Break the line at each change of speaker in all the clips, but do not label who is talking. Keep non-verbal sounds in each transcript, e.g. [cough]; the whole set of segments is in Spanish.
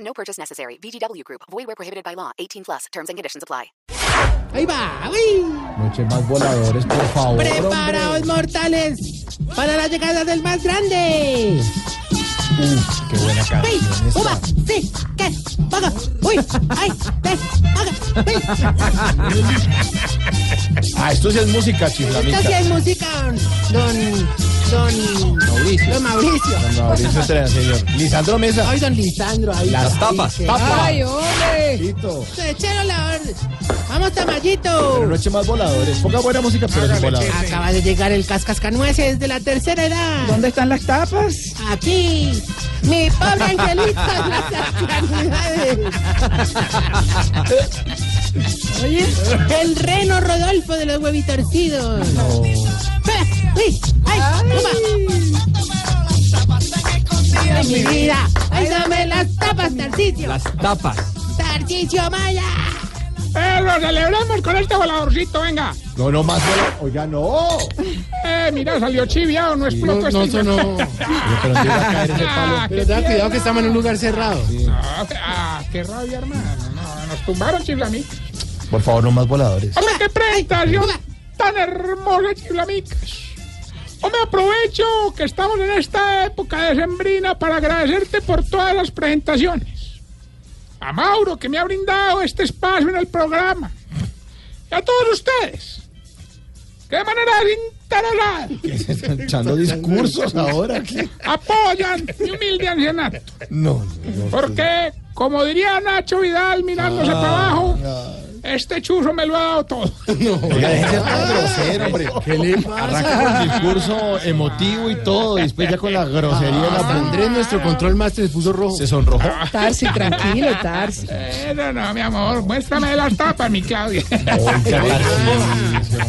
No purchase necessary. VGW Group. Void where prohibited by law. 18 plus. Terms and conditions apply.
Ahí va, uy.
No echen más voladores, por favor.
Preparaos
hombre.
mortales para la llegada del más grande.
Uf, qué buena
Uy,
canción esta.
uva, sí, que, paga, uy, ay, te,
[laughs]
paga,
Ah, esto sí es música,
uy.
chiflamita.
Esta sí es música, don, don,
Mauricio.
don Mauricio.
Mauricio Estrella, señor. Lisandro Mesa.
Ay, don Lisandro, ahí.
Las tapas, tapas.
Ay, hombre.
Tito.
Se echaron la orden. Vamos, Tamayito.
Pero no echen más voladores. Ponga buena música, pero sin voladores.
Acaba de llegar el cascascanueces de la tercera edad.
¿Dónde están las tapas?
Aquí, mi pobre angelito, [laughs] gracias caridades. Oye, el reno Rodolfo de los huevitorcidos. Espera, uy, ay, upa. Ay, mi vida, ay, dame las tapas, Tarcicio. Las tapas. Tarcicio Maya.
¡Eh, lo celebramos con este voladorcito, venga!
No, no más voladores. Oiga, no. Pero
¡Eh, mira, salió chiviado, no explotó este invento.
pero no iba a caer ese
Ah,
palo.
qué tierno.
estamos en un lugar cerrado.
Ah, ah, qué rabia, hermano. No, nos tumbaron, Chiflamic.
Por favor, no más [laughs] voladores.
¡Hombre, qué presentación
Ay,
tan hermosa, Chiflamic! Hombre, aprovecho que estamos en esta época decembrina para agradecerte por todas las presentaciones. A Mauro, que me ha brindado este espacio en el programa. Y a todos ustedes. ¡Qué manera desinteresada!
Están echando discursos ahora. ¿qué?
apoyan mi humilde ancianato.
No, no, no.
Porque, como diría Nacho Vidal mirándose
Ah,
para abajo, este chuzo me lo ha
[laughs]
dado todo.
Oiga, déjese tan grosero, hombre. [laughs] ¿Qué le pasa? Arranca con el discurso emotivo y todo, y después ya con la grosería. la Andrés, nuestro control master, se puso rojo. Ah. Se sonrojó.
Tarsi, tranquilo, Tarsi.
Eh, no, no, mi amor, muéstrame las tapas, mi Claudia. [laughs]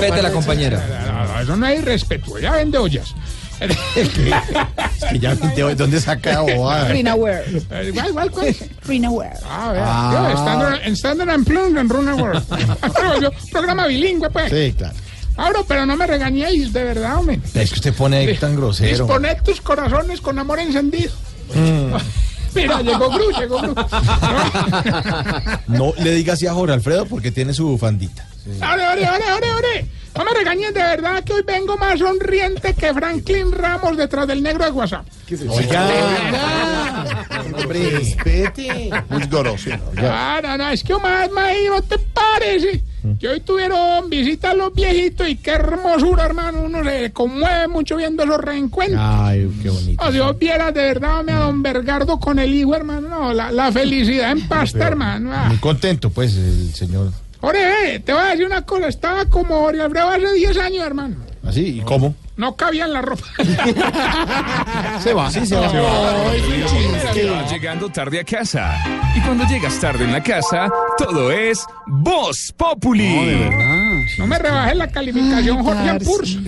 Vete la compañera.
No, no, eso no es irrespeto, ya vende ollas. [laughs]
Que ya pinteo, ¿dónde saca
[laughs]
la bobada?
Rinaware.
Eh, Igual, igual, ¿cuál es?
Rinaware.
Ah, vea, yo, Standard, en Standard and Plum, en Runa
[laughs]
World. Pero volvió programa bilingüe, pues.
Sí, claro.
Abro, pero no me regañéis, de verdad, hombre.
Es que usted pone ahí tan grosero. Mm.
Disponed tus corazones con amor encendido. [laughs] Mira, llegó Gru, llegó Gru.
No le diga así a Jorge Alfredo porque tiene su bufandita.
¡Ore, ore, ore, ore, ore! No me regañen de verdad que hoy vengo más sonriente que Franklin Ramos detrás del negro de WhatsApp.
Oiga. Hombre, respete. Muy grosero.
Ah, no, no, es que Omar, May, ¿no te parece? Que hoy tuvieron visita a los viejitos y qué hermosura, hermano. Uno se conmueve mucho viendo esos reencuentros.
Ay, qué bonito.
Oh, Dios viera de verdad hombre, a don Bergardo con el hijo, hermano. No, la, la felicidad en pasta, hermano. Ah.
Muy contento, pues, el señor.
Ore, eh, te voy a decir una cosa. Estaba como Ori Alfredo hace 10 años, hermano.
¿Así? ¿Y cómo?
No cabía en la ropa.
Se va. Sí, se va. Se va.
Estás llegando tarde a casa. Y cuando llegas tarde en la casa, todo es Voz Populi.
No me rebajes la calificación, Jorge Ampurso.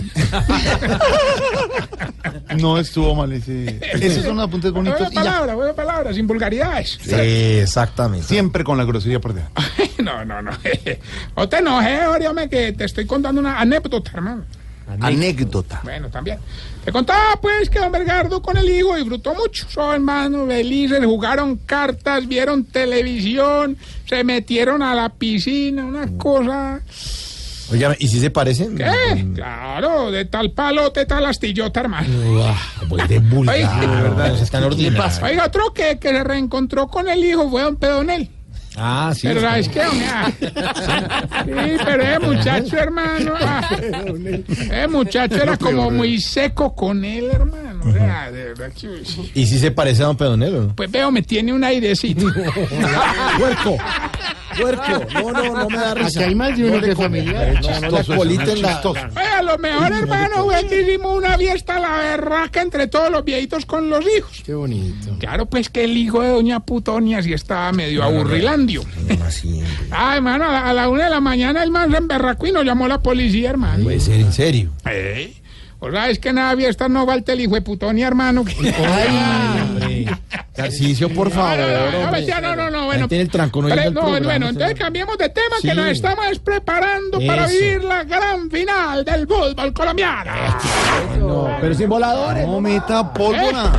No estuvo mal ese. Esos son los apuntes bonitos.
Buena
Y ya.
palabra, buena palabra, sin vulgaridades.
Sí, exactamente.
Siempre con la grosería por detrás.
[laughs] No, no, [laughs] no. No te enojes, Oriome, que te estoy contando una anécdota, hermano.
Anécdota.
Bueno, también. Te contaba, pues, que don Bergardo con el hijo disfrutó mucho. Son hermanos felices, jugaron cartas, vieron televisión, se metieron a la piscina, una cosa...
Oiga, ¿y si se parecen?
¿Qué? Claro, de tal palote, tal astillota, hermano.
Uah, pues de vulgar,
Ay,
de verdad, no están ordinarios.
Oiga, otro que, que se reencontró con el hijo fue don Pedonel.
Ah, sí.
Pero
está
¿sabes qué? Ah, Sí, pero ese muchacho, hermano. ah,
[laughs]
Ese muchacho era como muy seco con él, hermano. O sea, de verdad que... uy,
¿Y si se parece a Don Pedonero?
Pues veo, me tiene un airecito.
¡Huerco! puerco. No, no, no me da risa.
Aquí hay más de uno que es familiar.
No, no, la colita en la...
Oye, a lo mejor, hermano, fue que hicimos una fiesta a la berraca entre todos los viejitos con los hijos.
Qué bonito.
Claro, pues que el hijo de doña Putonia sí estaba medio aburrilandio. Ah, hermano, a la, a la una de la mañana el man se emberracó y nos llamó la policía, hermano.
Puede ser, en serio.
Ey, O sea, ¿Eh? es que en la fiesta no falta el hijo de
[laughs]
Putonia, hermano. que-
Ay, hombre. Tarcicio, por
No,
favor.
no, no, no,
hombre.
ya, no, no, no, bueno.
Tiene el tranco, no
Pre-
llega el
no,
programa,
bueno,
señor.
entonces cambiemos de tema
Sí.
que nos estamos preparando para
Eso.
vivir la gran final del fútbol colombiano.
No, pero sin voladores.
No meta pólvora.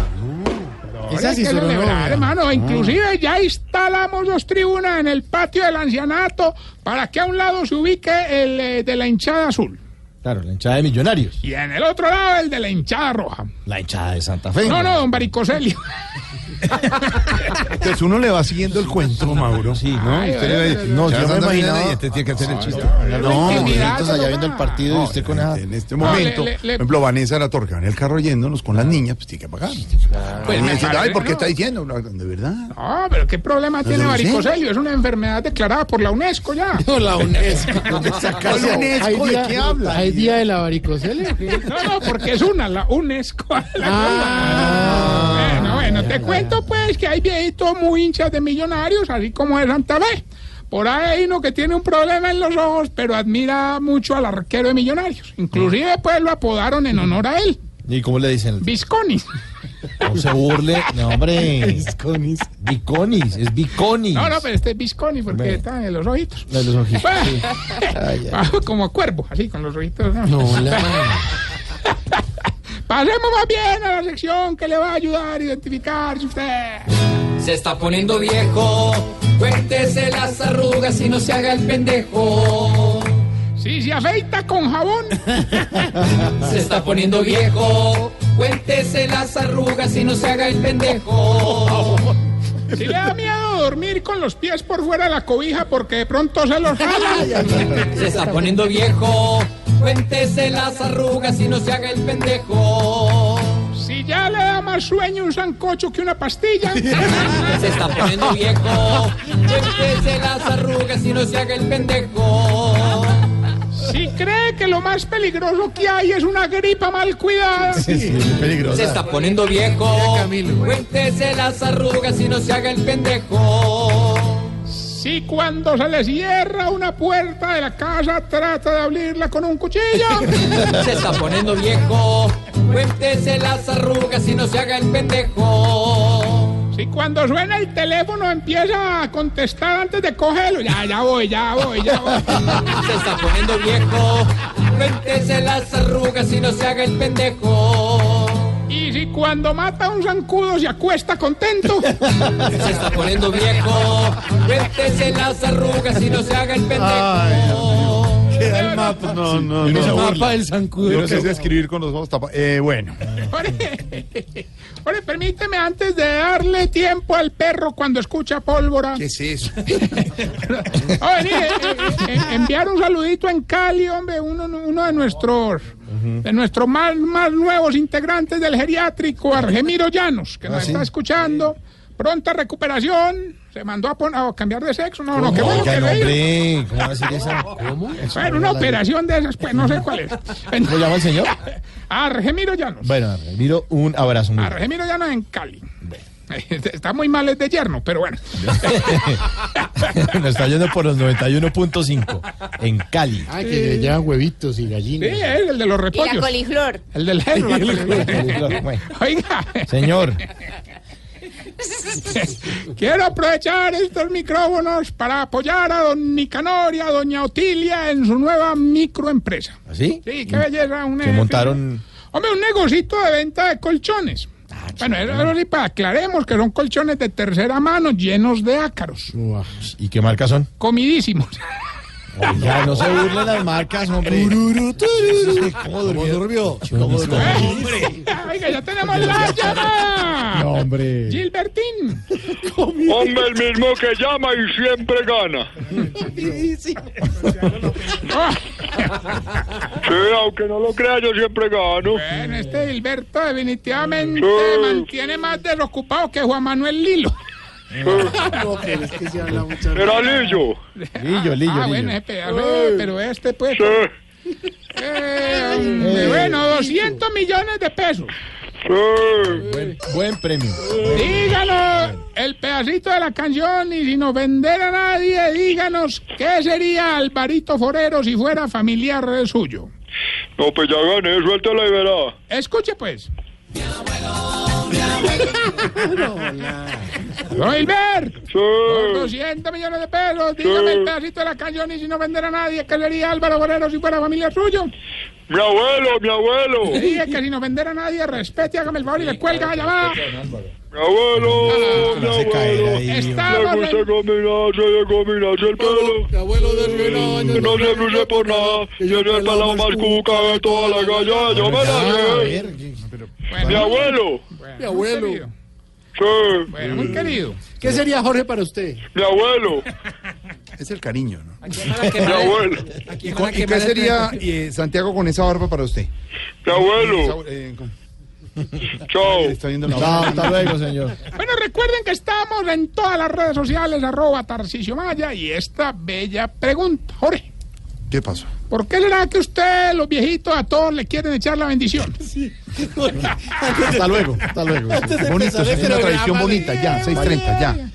Esa
Hay
sí
que
sonó Ah.
celebrar,
novela.
hermano. Inclusive ya instalamos dos tribunas en el patio del ancianato para que a un lado se ubique el eh, de la hinchada azul
Claro, la hinchada de Millonarios.
y en el otro lado el de la hinchada roja.
La hinchada de Santa Fe.
No, no, don Baricoselli.
Ah.
Entonces uno le va siguiendo el cuento, Mauro.
Sí, ¿no?
Ay,
Usted le va a decir, no, yo no me imaginaba. Este tiene que hacer el chiste. No,
Hay que mirar,
entonces allá
no,
viendo el
no.
partido y usted con esa... En este
No,
momento,
le- le-
por ejemplo, Vanessa la torca en el carro yéndonos con las niñas, pues tiene que pagar.
Pues
Y
me
decir,
parece,
ay, ¿por qué
¿no?
está diciendo? No, De verdad.
Ah, pero qué problema tiene
sé.
Baricoselli. Es una enfermedad declarada por la UNESCO [laughs] ya.
la UNESCO.
¿Cuál UNESCO? ¿De qué habla?
¿Hay día de la varicocele?
No, no, porque es una, la UNESCO. [laughs] la- bueno, Ah. bueno, te cuento pues que hay viejitos muy hinchas de millonarios, así como de Santa Fe. Por ahí hay uno que tiene un problema en los ojos, pero admira mucho al arquero de millonarios. Inclusive pues lo apodaron en honor a él,
¿Y cómo le dicen?
Visconi.
No se burle. No, hombre. Visconis. Viconis. Es Viconis.
No, no, pero este es Visconi porque está en los [laughs] ojitos. Pues,
La de los ojitos. sí.
[laughs] Como cuervo, así con los ojitos. ¿no?
No, la...
Pasemos más bien a la sección que le va a ayudar a identificarse usted.
Se está poniendo viejo, cuéntese las arrugas y no se haga el pendejo.
Si se afeita con jabón.
Se está poniendo viejo, cuéntese las arrugas y no se haga el pendejo.
Si le da miedo dormir con los pies por fuera de la cobija porque de pronto se los jala.
Se está poniendo viejo, cuéntese las arrugas y no se haga el pendejo.
Si ya le da más sueño un sancocho que una pastilla.
Se está poniendo viejo, cuéntese las arrugas y no se haga el pendejo.
Si cree que lo más peligroso que hay es una gripa mal cuidada.
Sí, es
Se
peligroso.
está poniendo viejo, cuéntese las arrugas y no se haga el pendejo.
Si cuando se le cierra una puerta de la casa trata de abrirla con un cuchillo.
Se está poniendo viejo, cuéntese las arrugas y no se haga el pendejo.
Si cuando suena el teléfono empieza a contestar antes de cogerlo. Ya, ya voy, ya voy, ya voy.
Se está poniendo viejo, cuéntese las arrugas y no se haga el pendejo.
Y si cuando mata a un zancudo se acuesta contento.
Se está poniendo viejo, cuéntese las arrugas y no se haga el pendejo.
El mapa. Ah, pues No, no,
El
no.
mapa del zancudo.
Yo no sé si escribir con los ojos tapados. Eh, bueno.
Ore, ore, permíteme antes de darle tiempo al perro cuando escucha pólvora.
es
[laughs]
eso?
Ah, vení, eh, eh, eh, enviar un saludito en Cali, hombre, uno, uno de nuestros, de nuestros más, más nuevos integrantes del geriátrico, Argemiro Llanos, que nos está escuchando. Pronta recuperación. Se mandó a, pon- a cambiar de sexo. No, no, Ah, qué bueno que
Oigan,
le digo.
hombre. ¿Cómo va a decir esa? ¿Cómo? Eso
Bueno,
no
una
la-
operación de esas, pues no sé cuál es.
¿Cómo llama el señor?
Argemiro Llanos.
Bueno, Ramiro, un abrazo. muy
A
grande.
Regimiro Llanos en Cali. [laughs] Está muy mal, es de yerno, pero bueno.
[laughs] Nos está yendo por los 91.5 en Cali.
Ah, que le llevan huevitos y
Sí,
gallinas.
es el de los repollos.
coliflor.
El del yerno. la coliflor.
Bueno.
Oiga,
Señor,
quiero aprovechar estos micrófonos para apoyar a don Nicanor y a doña Otilia en su nueva microempresa.
¿así?
Sí, qué belleza. Un
Se montaron.
Hombre, un negocito de venta de colchones. bueno, eso sí, para aclaremos que son colchones de tercera mano llenos de ácaros.
Uah, ¿Y qué marcas son?
Comidísimos. [laughs]
Ya no se burlen las marcas, hombre. ¿Cómo durmió? ¿Cómo durmió?
Oiga, [laughs] ya tenemos la llamada.
No, hombre.
Gilbertín.
Hombre, el mismo que llama y siempre gana.
Ah,
Sí, aunque no lo crea, yo siempre gano.
bueno, este Gilberto definitivamente
Sí.
mantiene más desocupado que Juan Manuel Lilo.
No, pero es que se habla mucho.
Era Lillo.
Lillo, Lillo,
Ah, bueno, ese pedazo, eh, pero este pues. Eh, hombre, bueno, 200 millones de pesos.
Buen, buen premio.
Díganos el pedacito de la canción y si no vender a nadie, díganos qué sería Alvarito Forero si fuera familiar suyo.
No, pues ya gané, suéltala y verá.
Escuche pues. Wilber, por 200 millones de pesos, dígame el pedacito de la canción y si no vender a nadie, ¿qué sería Álvaro Forero si fuera familiar suyo?
Mi abuelo, mi abuelo.
Le dije que si no vender a nadie, respete, hágame el favor y le cuelga la llamada.
Mi abuelo, mi abuelo.
Ah,
Estamos
Me gusta combinarse, de combinarse el pelo. Mi abuelo de 100 años. No se luce por nada. Tiene el pelo más cuca de toda la calle. Yo me la llevé. Mi abuelo.
Mi abuelo.
Sí.
Bueno, muy querido.
¿Qué sería Jorge para usted?
Mi abuelo.
Es el cariño, ¿no?
Mi abuelo.
¿Y, cu- y qué sería eh, Santiago con esa barba para usted?
Mi abuelo.
Eh, con-
Chao.
está viendo la
Chao,
barba.
hasta luego, señor.
Bueno, recuerden que estamos en todas las redes sociales, arroba Tarcisio Maya, y esta bella pregunta, Jorge.
¿Qué pasó?
¿Por qué será que ustedes, los viejitos, a todos le quieren echar la bendición?
Hasta luego, hasta luego. este
Bonito, es una tradición bonita, ya, 6.30, ya.